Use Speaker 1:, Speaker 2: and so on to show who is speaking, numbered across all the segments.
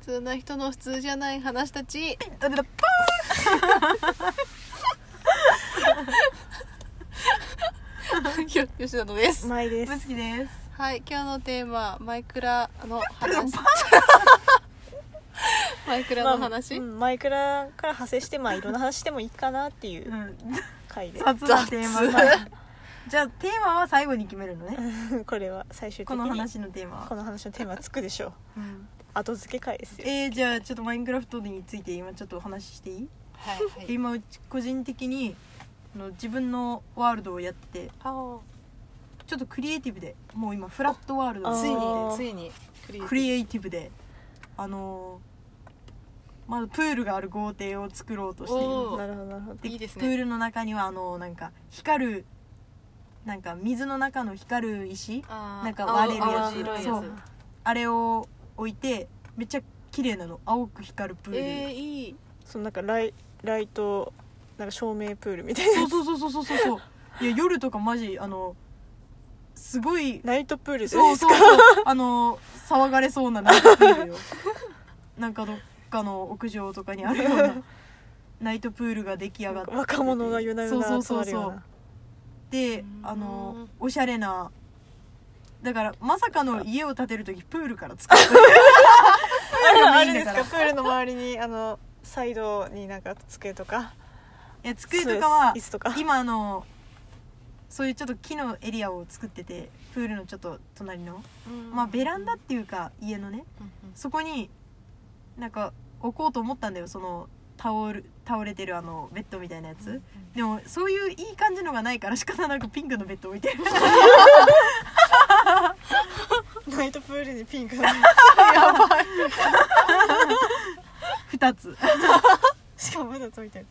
Speaker 1: 通な人の普通じゃない話たち
Speaker 2: あれだ
Speaker 1: よ吉野です、
Speaker 2: まいで
Speaker 3: 好きです
Speaker 1: はい今日のテーママイクラの話 マイクラの話、
Speaker 2: まあうんマイクラから派生してまあいろんな話してもいいかなっていううん回で、
Speaker 3: 雑なテーマ
Speaker 1: 雑
Speaker 3: じゃあテーマは最後に決めるのね
Speaker 2: これは最終的
Speaker 3: こ
Speaker 2: に
Speaker 3: の話のテーマ
Speaker 2: こ
Speaker 3: は、
Speaker 2: の話のテーマつくでしょ
Speaker 3: う
Speaker 2: う
Speaker 3: ん
Speaker 2: 後付け回ですよ
Speaker 3: えー、じゃあちょっとマインクラフトについて今ちょっとお話ししていい、
Speaker 1: はい
Speaker 3: で今うち個人的にあの自分のワールドをやってて
Speaker 1: はい
Speaker 3: ちょっとクリエイティブでもう今フラットワールド
Speaker 2: あ
Speaker 3: を
Speaker 1: つい
Speaker 2: ー
Speaker 1: についにクリエイティブ
Speaker 3: クリエイティブであのーまずプールがある豪邸を作ろうとしている
Speaker 1: おー
Speaker 2: なるほどなるほど
Speaker 1: いいですね
Speaker 3: プールの中にはあのなんか光るなんか水の中の光る石
Speaker 1: あー
Speaker 3: なんか割れるやつ
Speaker 1: 青色いや
Speaker 3: そ
Speaker 1: つ
Speaker 3: うあれを置いてめっちゃ綺麗なの青く光るプール、
Speaker 1: えー、いい
Speaker 2: そのなんかライライトなんか照明プールみたいな
Speaker 3: そうそうそうそうそうそういや夜とかマジあのすごい
Speaker 2: ナイトプールじゃない
Speaker 3: そう
Speaker 2: です
Speaker 3: そう
Speaker 2: か
Speaker 3: そうあの騒がれそうなナイトプールよなんかどっかの屋上とかにあるようなナイトプールが出来上がってて
Speaker 2: 若者が夜な夜
Speaker 3: そう
Speaker 2: な集
Speaker 3: そ
Speaker 2: ま
Speaker 3: う
Speaker 2: る
Speaker 3: そう
Speaker 2: よ
Speaker 3: そうう
Speaker 2: な
Speaker 3: であのおしゃれなだからまさかの家を建てる時プールから作るプールも
Speaker 2: あ
Speaker 3: いい
Speaker 2: る
Speaker 3: ん
Speaker 2: ん
Speaker 3: だ
Speaker 2: で
Speaker 3: か
Speaker 2: す
Speaker 3: ら
Speaker 2: かプールの周りにあのサイドになんか机とか
Speaker 3: いや机とかは
Speaker 2: 椅子とか
Speaker 3: 今あのそういうちょっと木のエリアを作っててプールのちょっと隣のまあベランダっていうか家のねそこになんか置こうと思ったんだよその倒る倒れてるあのベッドみたいなやつ、でもそういういい感じのがないから仕方なくピンクのベッド置いてる
Speaker 2: ナイトプールに ピンクの
Speaker 3: 2つ
Speaker 2: しかもまだついてる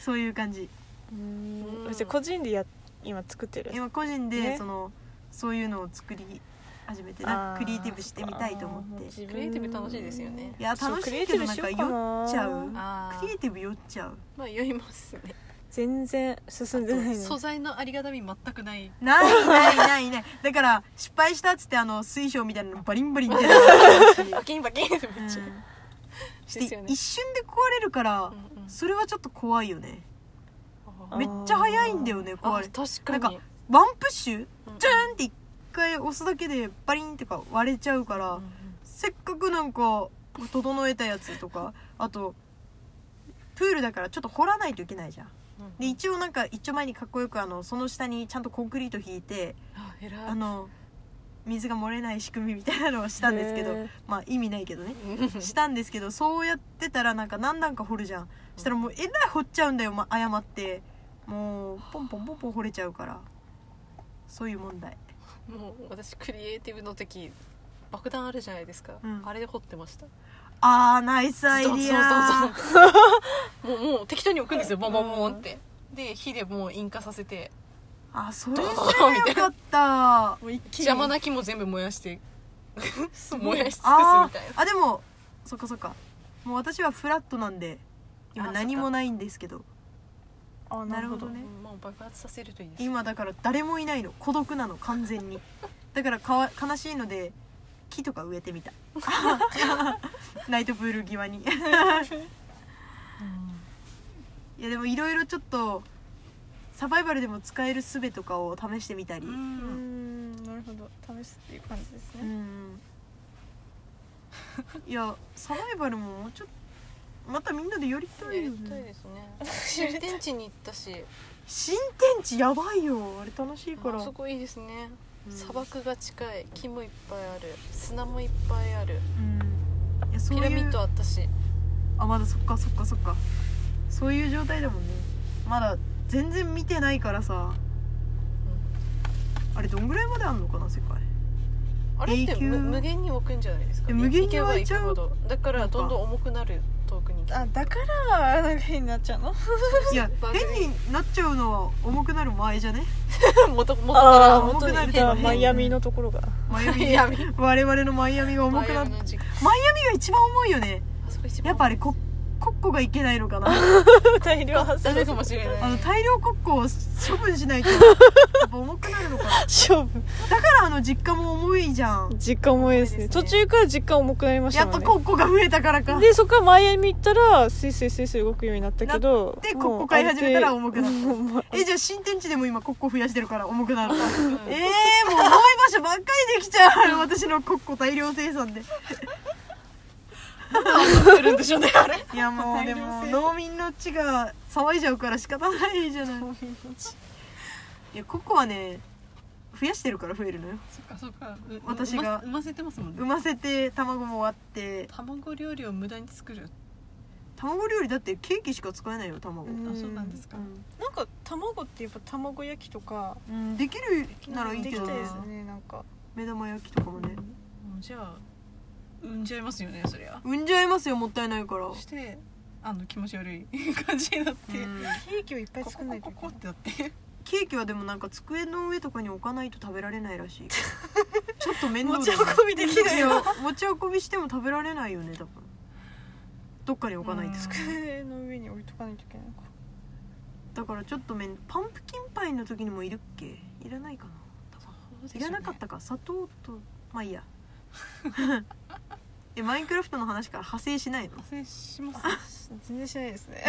Speaker 3: そういう感じ
Speaker 2: うーん
Speaker 1: うん
Speaker 2: うち個人でや今作ってる
Speaker 3: 今個人で、
Speaker 2: ね
Speaker 3: そのそういうのを作り始めてなん
Speaker 2: あ
Speaker 3: かク
Speaker 2: ー
Speaker 3: リエイティブしてみたいと思っ
Speaker 2: あー
Speaker 3: て
Speaker 2: 自分
Speaker 1: クリエイティブ楽しいですよね
Speaker 3: いや
Speaker 2: そう
Speaker 3: 楽しいけど
Speaker 2: クリエイティブしようか
Speaker 3: なんか酔っちゃう
Speaker 1: あ
Speaker 3: クリエイティブ酔っちゃう
Speaker 1: まあ酔いますね
Speaker 2: 全然進んでない
Speaker 1: 素
Speaker 2: の
Speaker 1: 材のありがたみ全くない
Speaker 3: ないないない ないだから失敗したっつってあの水晶みたいなのバリンバリン出てるし、
Speaker 1: バキンバキンって
Speaker 3: う
Speaker 1: め
Speaker 3: ん
Speaker 1: っちゃ、
Speaker 3: して
Speaker 1: ですよね
Speaker 3: 一瞬で壊れるから
Speaker 1: うんうん
Speaker 3: それはちょっと怖いよね
Speaker 1: あ
Speaker 2: ー
Speaker 3: めっちゃ早いんだよね壊
Speaker 1: あ
Speaker 3: れ
Speaker 1: 確かに
Speaker 3: なんかワンプッシュ
Speaker 1: うん
Speaker 3: ジャーンって一回押すだけでバリンってか割れちゃうから、
Speaker 1: うんうん
Speaker 3: せっかくなんか整えたやつとかあとプールだからちょっと掘らないといけないじゃん
Speaker 1: うん
Speaker 3: で一応なんか一丁前にかっこよくあのその下にちゃんとコンクリート引いて
Speaker 1: あ偉い
Speaker 3: あの水が漏れない仕組みみたいなのをしたんですけ
Speaker 2: へ
Speaker 3: ど
Speaker 2: ー
Speaker 3: まあ意味ないけどね
Speaker 1: うん
Speaker 3: したんですけどそうやってたらなんか何段か掘るじゃんしたらもうえらい掘っちゃうんだよ、ま、誤ってもうポンポンポンポン掘れちゃうからそういう問題
Speaker 1: もう私クリエイティブの時爆弾あるじゃないですか、
Speaker 3: うん
Speaker 1: あれで掘ってました
Speaker 3: あーナイスアイディア
Speaker 1: そうそうそうもうもう適当に置くんですよボンボンボンってで火でもう引火させて
Speaker 3: あそれじゃ
Speaker 1: ドドドンみた
Speaker 3: よ
Speaker 1: いな
Speaker 3: かった
Speaker 2: もう一気
Speaker 1: 邪魔な木も全部燃やして燃やし尽くすみたい
Speaker 3: あ
Speaker 1: な
Speaker 3: ーあでもそっかそっかもう私はフラットなんで
Speaker 1: あ
Speaker 3: 今
Speaker 1: ー
Speaker 3: 何もないんですけど
Speaker 2: あ
Speaker 3: なるほどね
Speaker 1: うんもう爆発させるといいです
Speaker 3: 今だから誰もいないの孤独なの完全にだからかわ悲しいので木とか植えて みたナイトプール際にいやでもいろいろちょっとサバイバルでも使える術とかを試してみたり
Speaker 1: う
Speaker 2: うんんなるほど試すっていう感じです
Speaker 3: う
Speaker 2: ね
Speaker 3: ん いやサバイバルももうちょっとまたみんなでやりたい
Speaker 1: や
Speaker 3: よ
Speaker 1: りたい
Speaker 3: ね
Speaker 1: ですね新天地に行ったし
Speaker 3: 新天地やばいよあれ楽しいから
Speaker 1: あそこいいですね、
Speaker 3: うん
Speaker 1: 砂漠が近い木もいっぱいある砂もいっぱいある
Speaker 3: うんいやそう
Speaker 1: ピラミ
Speaker 3: い
Speaker 1: ッ
Speaker 3: う
Speaker 1: ドあったし
Speaker 3: あまだそっかそっかそっかそういう状態だもんねまだ全然見てないからさあれどんぐらいまであんのかな世 界
Speaker 1: あれって
Speaker 3: 永久
Speaker 1: む無限に置くんじゃないですか
Speaker 3: え無限に湧い
Speaker 1: 行
Speaker 3: ち
Speaker 1: け
Speaker 3: ゃ
Speaker 1: ば
Speaker 3: う
Speaker 1: 行くほどだからどんどん重くなる遠くに行けば
Speaker 2: あだからなんか変になっちゃうの
Speaker 3: いや
Speaker 1: 番組
Speaker 3: 変になっちゃうのは重くなる 前じゃね
Speaker 1: 元元
Speaker 2: あ
Speaker 1: か
Speaker 2: あ
Speaker 1: ら
Speaker 3: 重
Speaker 1: 元
Speaker 3: く
Speaker 1: に
Speaker 3: な
Speaker 1: 行
Speaker 3: ると
Speaker 1: けば
Speaker 2: マイアミのところが
Speaker 3: マイア
Speaker 1: マ
Speaker 3: ミ
Speaker 1: イアミ
Speaker 3: 我々のマイアミが重く
Speaker 1: マイ
Speaker 3: な
Speaker 1: ア
Speaker 3: っ
Speaker 1: ミ
Speaker 3: マイ
Speaker 1: の時期
Speaker 3: アミが一番重いよね
Speaker 1: あそこ一番
Speaker 3: やっぱあれこコッコがいけないのかな
Speaker 2: 大量発
Speaker 1: ダ
Speaker 2: 生
Speaker 1: メかもしれな
Speaker 3: あ
Speaker 1: い
Speaker 3: の大量コッコを処分しないとやっぱ重くなるのかな
Speaker 2: 勝負
Speaker 3: だからあの実家も重いじゃん
Speaker 2: 実感重いですね
Speaker 3: 重いです
Speaker 2: 途
Speaker 3: ね
Speaker 2: 中から実感重くなりました
Speaker 3: やっ
Speaker 2: もん
Speaker 3: ぱ
Speaker 2: ね
Speaker 3: コッコが増えたからか
Speaker 2: でそこからマイアミ行ったらスイスイスイスイ動くようになったけど
Speaker 3: でここ買い始めたら重くなった
Speaker 2: っ
Speaker 3: えじゃあ新天地でも今コッコ増やしてるから重く なるのえー、
Speaker 1: え
Speaker 3: もう重い場所ばっかりできちゃう 私のコッコ大量生 産で
Speaker 1: ってるんでしょうねあれ
Speaker 3: いやもう
Speaker 1: 大
Speaker 3: で
Speaker 1: 量
Speaker 3: も
Speaker 1: 生産
Speaker 3: 農民の血が騒いじゃうから仕方ないじゃないいやコッコはね増やしてるから増えるのよ
Speaker 1: そっかそっかう
Speaker 3: 私が
Speaker 1: 産ませてますもんね
Speaker 3: 産ませて卵も割って
Speaker 1: 卵料理を無駄に作る
Speaker 3: 卵料理だってケーキしか使えないよ卵、
Speaker 2: うん
Speaker 1: あそうなんですか
Speaker 2: なんか卵ってやっぱ卵焼きとか
Speaker 3: うん、できるならいいけ
Speaker 2: でき
Speaker 3: ど
Speaker 2: た
Speaker 3: ね
Speaker 2: いですねなんか
Speaker 3: 目玉焼きとかもね
Speaker 1: もうじゃあ産んじゃいますよねそりゃ
Speaker 3: 産んじゃいますよもったいないから
Speaker 1: そしてあの気持ち悪い感じになって、
Speaker 3: うん
Speaker 2: ケーキをいっぱい
Speaker 1: ここ
Speaker 2: 作んない
Speaker 1: こ
Speaker 2: といけ
Speaker 1: こ
Speaker 2: な
Speaker 1: っ
Speaker 2: い
Speaker 1: てなって
Speaker 3: ケーキはでもなんか机の上とかに置かないと食べられないら しいちょっと面倒
Speaker 2: 持ち
Speaker 3: だよね
Speaker 2: 運びできない
Speaker 3: い
Speaker 2: よ
Speaker 3: や 持ち運びしても食べられないよね多分どっかに置かないと、
Speaker 1: うん
Speaker 2: 机の上に置いとかないといけないのか
Speaker 3: だからちょっと面パンプキンパイの時にもいるっけいらないかな
Speaker 1: そう
Speaker 3: いらなかったか砂糖とまあいいや えマインクラフトの話から派生し ないの
Speaker 1: 発生します
Speaker 2: 全然しないですね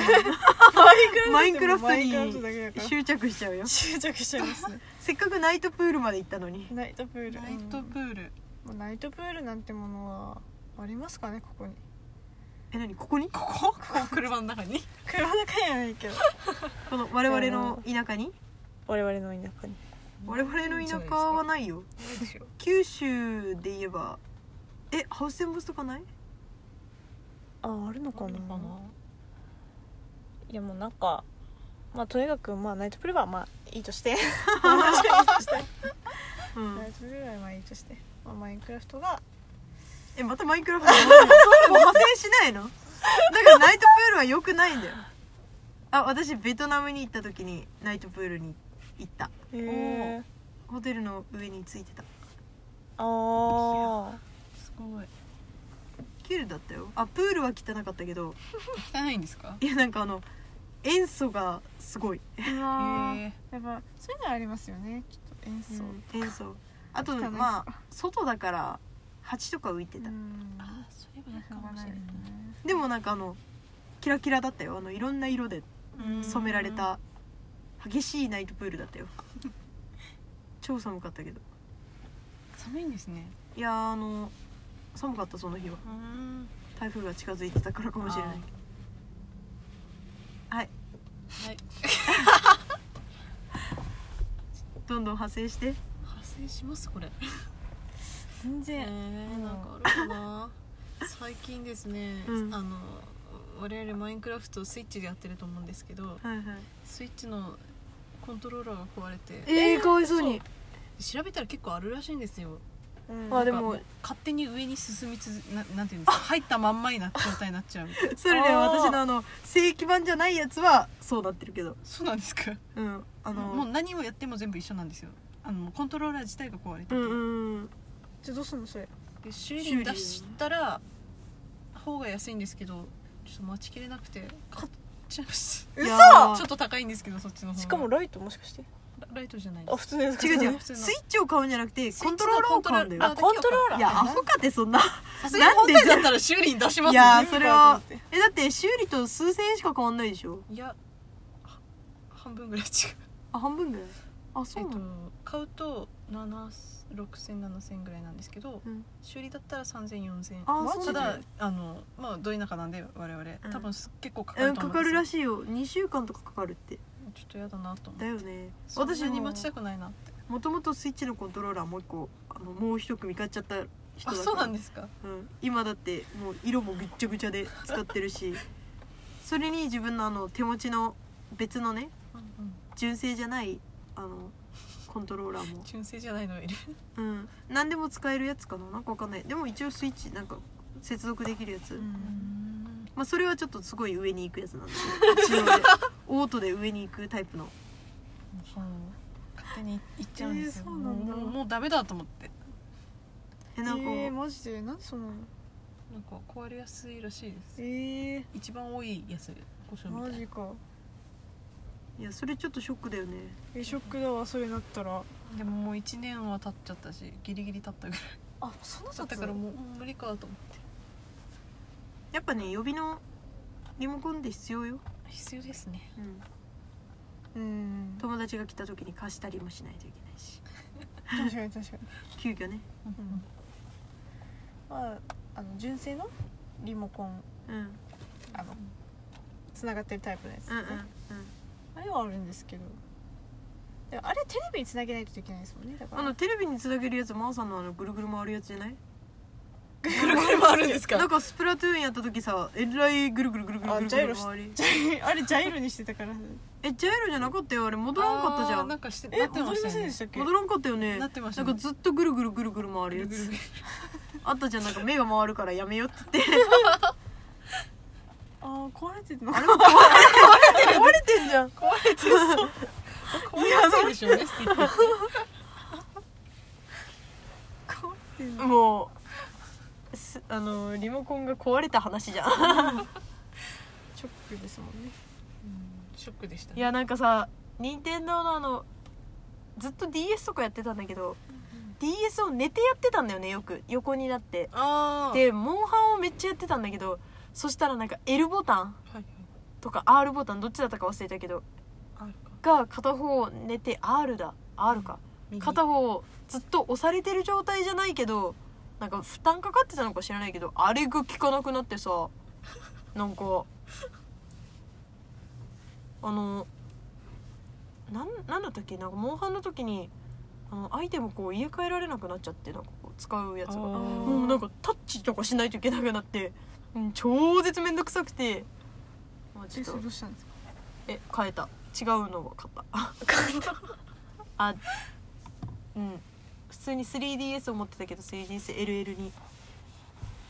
Speaker 3: マインクラフト
Speaker 2: マインクラフトだけだ
Speaker 3: に
Speaker 2: から
Speaker 3: 執着しちゃうよ
Speaker 2: 執着しちゃいますね
Speaker 3: せっかくナイトプールまで行ったのに
Speaker 2: ナイトプール
Speaker 1: ライトプール
Speaker 2: もうナイトプールなんてものはありますかねここに
Speaker 3: え何ここに
Speaker 1: ここここ車の中に
Speaker 2: 車の中にはないけど
Speaker 3: この我々の田舎に
Speaker 2: 我々の田舎に
Speaker 3: 我々の田舎はないよ
Speaker 1: ないでしょ
Speaker 3: 九州で言えばえハウステンボスとかない
Speaker 2: ああるのかな
Speaker 1: あるのかない
Speaker 2: やもうなんかまあとにかくまあナイトプールはまあいいとして
Speaker 3: うん
Speaker 2: ナイトプールはまあいいとして、まあ、マインクラフトが
Speaker 3: えまたマインクラフトに戻るのでも派生しないのだからナイトプールは良くないんだよあ私ベトナムに行った時にナイトプールに行った
Speaker 2: へ
Speaker 1: え
Speaker 3: ホテルの上についてた
Speaker 2: ああ
Speaker 1: すごい
Speaker 3: 綺麗だったよあプールは汚かったけど
Speaker 1: 汚いんですか
Speaker 3: いやなんかあの塩素がすごい、
Speaker 2: う
Speaker 1: へ
Speaker 2: わー
Speaker 1: え
Speaker 2: やっぱそういうのありますよねちょっと演奏、
Speaker 3: 塩素あと
Speaker 2: 汚いです
Speaker 3: まあ外だから蜂とか浮いてた、
Speaker 2: うん
Speaker 1: あーそういえばなん
Speaker 2: しょ
Speaker 1: か
Speaker 2: う
Speaker 1: も
Speaker 2: が
Speaker 1: し
Speaker 2: ない
Speaker 1: れ
Speaker 2: で
Speaker 1: ない
Speaker 2: すね
Speaker 3: でもなんかあのキラキラだったよあのいろんな色で
Speaker 1: うん
Speaker 3: 染められた激しいナイトプールだったよ 超寒かったけど
Speaker 1: 寒いんですね
Speaker 3: いやーあの寒かったその日は
Speaker 1: うん
Speaker 3: 台風が近づいてたからかもしれないはい
Speaker 1: はい
Speaker 3: どんどん派生して
Speaker 1: 発生しますこれ
Speaker 2: 全然、
Speaker 1: え
Speaker 2: う
Speaker 1: ー、
Speaker 2: ん
Speaker 1: なんかあるか な最近ですね、
Speaker 3: うん
Speaker 1: あの我々マインクラフトスイッチでやってると思うんですけど
Speaker 3: はいはい
Speaker 1: スイッチのコントローラーが壊れて
Speaker 3: えー、かわいそうに
Speaker 1: 調べたら結構あるらしいんですよ
Speaker 2: うん
Speaker 3: まあで
Speaker 1: なんか
Speaker 3: も
Speaker 1: う勝手に上に進みつづななんていうんですか入ったまんまにな状態になっちゃうみたいな
Speaker 3: それね
Speaker 2: あー
Speaker 3: 私のあの正規版じゃないやつはそうなってるけど
Speaker 1: そうなんですか
Speaker 3: うんあの
Speaker 1: もう何をやっても全部一緒なんですよあのコントローラー自体が壊れてて、
Speaker 3: うんうん
Speaker 2: じゃあどうすんのそれ
Speaker 1: で修理に出したら方が安いんですけどちょっと待ちきれなくて買っちゃいました
Speaker 3: い
Speaker 2: 嘘
Speaker 3: やー
Speaker 1: ちょっと高いんですけどそっちの方が
Speaker 2: しかもライトもしかして
Speaker 1: ラライトじゃないで
Speaker 2: あ
Speaker 1: す
Speaker 2: 普通のやつ
Speaker 3: 違う違う
Speaker 1: 普通の
Speaker 3: スイッチを買うんじゃなくてコントローラーを買うんだ
Speaker 2: あ
Speaker 3: よ
Speaker 2: コントローラー
Speaker 3: いやアホかってそんな
Speaker 1: さすがに本体だったら修理に出しますよ
Speaker 3: いやー
Speaker 1: ね
Speaker 3: それはえだって修理と数千円しか変わんないでしょ
Speaker 1: いやは半分ぐらい違う
Speaker 3: あ半分ぐらいあ そう
Speaker 1: えっ
Speaker 3: な
Speaker 1: と
Speaker 3: の、
Speaker 1: 買うと60007000ぐらいなんですけど、
Speaker 3: うん
Speaker 1: 修理だったら30004000
Speaker 3: あ
Speaker 2: マジ
Speaker 3: そう
Speaker 1: た
Speaker 3: なんだ
Speaker 1: だあのまあど田舎なんで我々、
Speaker 3: うん
Speaker 1: 多分す結構かか
Speaker 3: う
Speaker 1: る
Speaker 3: ん
Speaker 1: と思
Speaker 3: か
Speaker 1: うん
Speaker 3: かるら
Speaker 1: い
Speaker 3: しいよ2週間とかかかるって
Speaker 1: ちょっとやだなと思
Speaker 3: だ
Speaker 1: って
Speaker 3: よね
Speaker 1: 私
Speaker 3: 私
Speaker 1: に
Speaker 3: も
Speaker 1: 待ちたくないなって
Speaker 3: もともとスイッチのコントローラーもう一個あのもう一組買っちゃった人
Speaker 1: あ
Speaker 3: だ
Speaker 1: そうなん
Speaker 3: で
Speaker 1: ですか
Speaker 3: うん、今だってもう色もぐっちゃぐちゃで使ってるし それに自分のあの手持ちの別のね
Speaker 1: うんうん
Speaker 3: 純正じゃないあのコントローラーも
Speaker 1: 純正じゃないのいる
Speaker 3: うん何でも使えるやつかななんかわかんないでも一応スイッチなんか接続できるやつ、まあ、それはちょっとすごい上に行くやつなんです けど一応ねオートで上に行くタイプの
Speaker 1: そう勝手に行っちゃうんですよ、
Speaker 2: えーそうなんだ
Speaker 1: もうもうダメだと思って
Speaker 3: え
Speaker 2: え
Speaker 3: なんか、
Speaker 2: ー、マジでなんでそんなの
Speaker 1: なんか壊れやすいらしいです
Speaker 2: ええ
Speaker 1: 一番多いやつ故障
Speaker 2: マ
Speaker 1: みたい
Speaker 2: ジか
Speaker 3: いやそれちょっとショックだよね
Speaker 2: えショックだわそれなったら
Speaker 1: でももう1年は経っちゃったしギリギリ経ったぐらい
Speaker 2: あそんな
Speaker 1: 経ったからもううん無理かと思って
Speaker 3: やっぱね予備のリモコンって必要よ、
Speaker 1: 必要ですね
Speaker 3: うん、
Speaker 2: うん
Speaker 3: 友達が来た時に貸したりもしないといけないし
Speaker 2: 確かに確かに
Speaker 3: 急遽ね
Speaker 2: うんまああの純正のリモコン
Speaker 3: うんうん
Speaker 2: あのつながってるタイプのやつです
Speaker 3: う
Speaker 2: ね、
Speaker 3: ん
Speaker 2: あれはあるんですけどでもあれテレビにつなげないといけないですもんねだか
Speaker 3: あ
Speaker 2: ら
Speaker 3: のテレビにつなげるやつマーさんのあのぐるぐる回るやつじゃない
Speaker 2: ぐるぐる回るんです
Speaker 3: なんかスプラトゥーンやった時さえらいぐるぐるぐるぐるぐるぐる回り
Speaker 2: ジャイ あれジャイロにして たから
Speaker 3: えジャイロじゃなかったよあれ戻らんかったじゃ
Speaker 1: あーなんんかして
Speaker 2: え
Speaker 1: なって
Speaker 2: 戻
Speaker 1: ま
Speaker 2: り
Speaker 1: し
Speaker 2: ま
Speaker 1: た
Speaker 2: せ
Speaker 1: よ
Speaker 2: んで
Speaker 1: ね
Speaker 2: したっけ
Speaker 3: 戻らんかったよね
Speaker 1: なってました
Speaker 3: な
Speaker 1: ね
Speaker 3: んかずっとぐるぐるぐるぐる
Speaker 1: ぐ
Speaker 3: 回るや
Speaker 1: るぐる
Speaker 3: つ
Speaker 1: ぐる
Speaker 3: あったじゃんなんか目が回るからやめようって言って
Speaker 2: ああ壊れてるの
Speaker 3: あれも壊れて る壊れてんじゃん
Speaker 1: 壊れてそう壊れそうでしょうねスティックって
Speaker 2: 壊れ てる
Speaker 3: もうすあのーリモコンが壊れた話じゃん
Speaker 2: ショックですもんね
Speaker 1: うんショックでした
Speaker 3: い
Speaker 1: ね
Speaker 3: やなんかさ任天堂のあのずっと DS とかやってたんだけど、DS を寝てやってたんだよねよく横になって
Speaker 1: ああ
Speaker 3: でモンハンをめっちゃやってたんだけどそしたらなんか L ボタン
Speaker 1: はいはい
Speaker 3: とか R ボタンどっちだったか忘れたけど
Speaker 1: あるか
Speaker 3: が片方寝て R だ R か
Speaker 1: 右
Speaker 3: 片方ずっと押されてる状態じゃないけどなんか負担かかってたのか知らないけどあれが効かなくなってさなんかあのなんなんだったっけなんかモンハンの時にあのアイテムこう入れ替えられなくなっちゃってなんかこう使うやつが
Speaker 1: あー
Speaker 3: もうなんかタッチとかしないといけなくなって、うん、超絶めんどくさくて、まあ、ちょ
Speaker 2: え
Speaker 3: っ
Speaker 2: そ
Speaker 3: と
Speaker 2: れどうしたんですか
Speaker 3: え変えた違うのを買った あうん普通に 3DS を持ってたけど 3DSLL に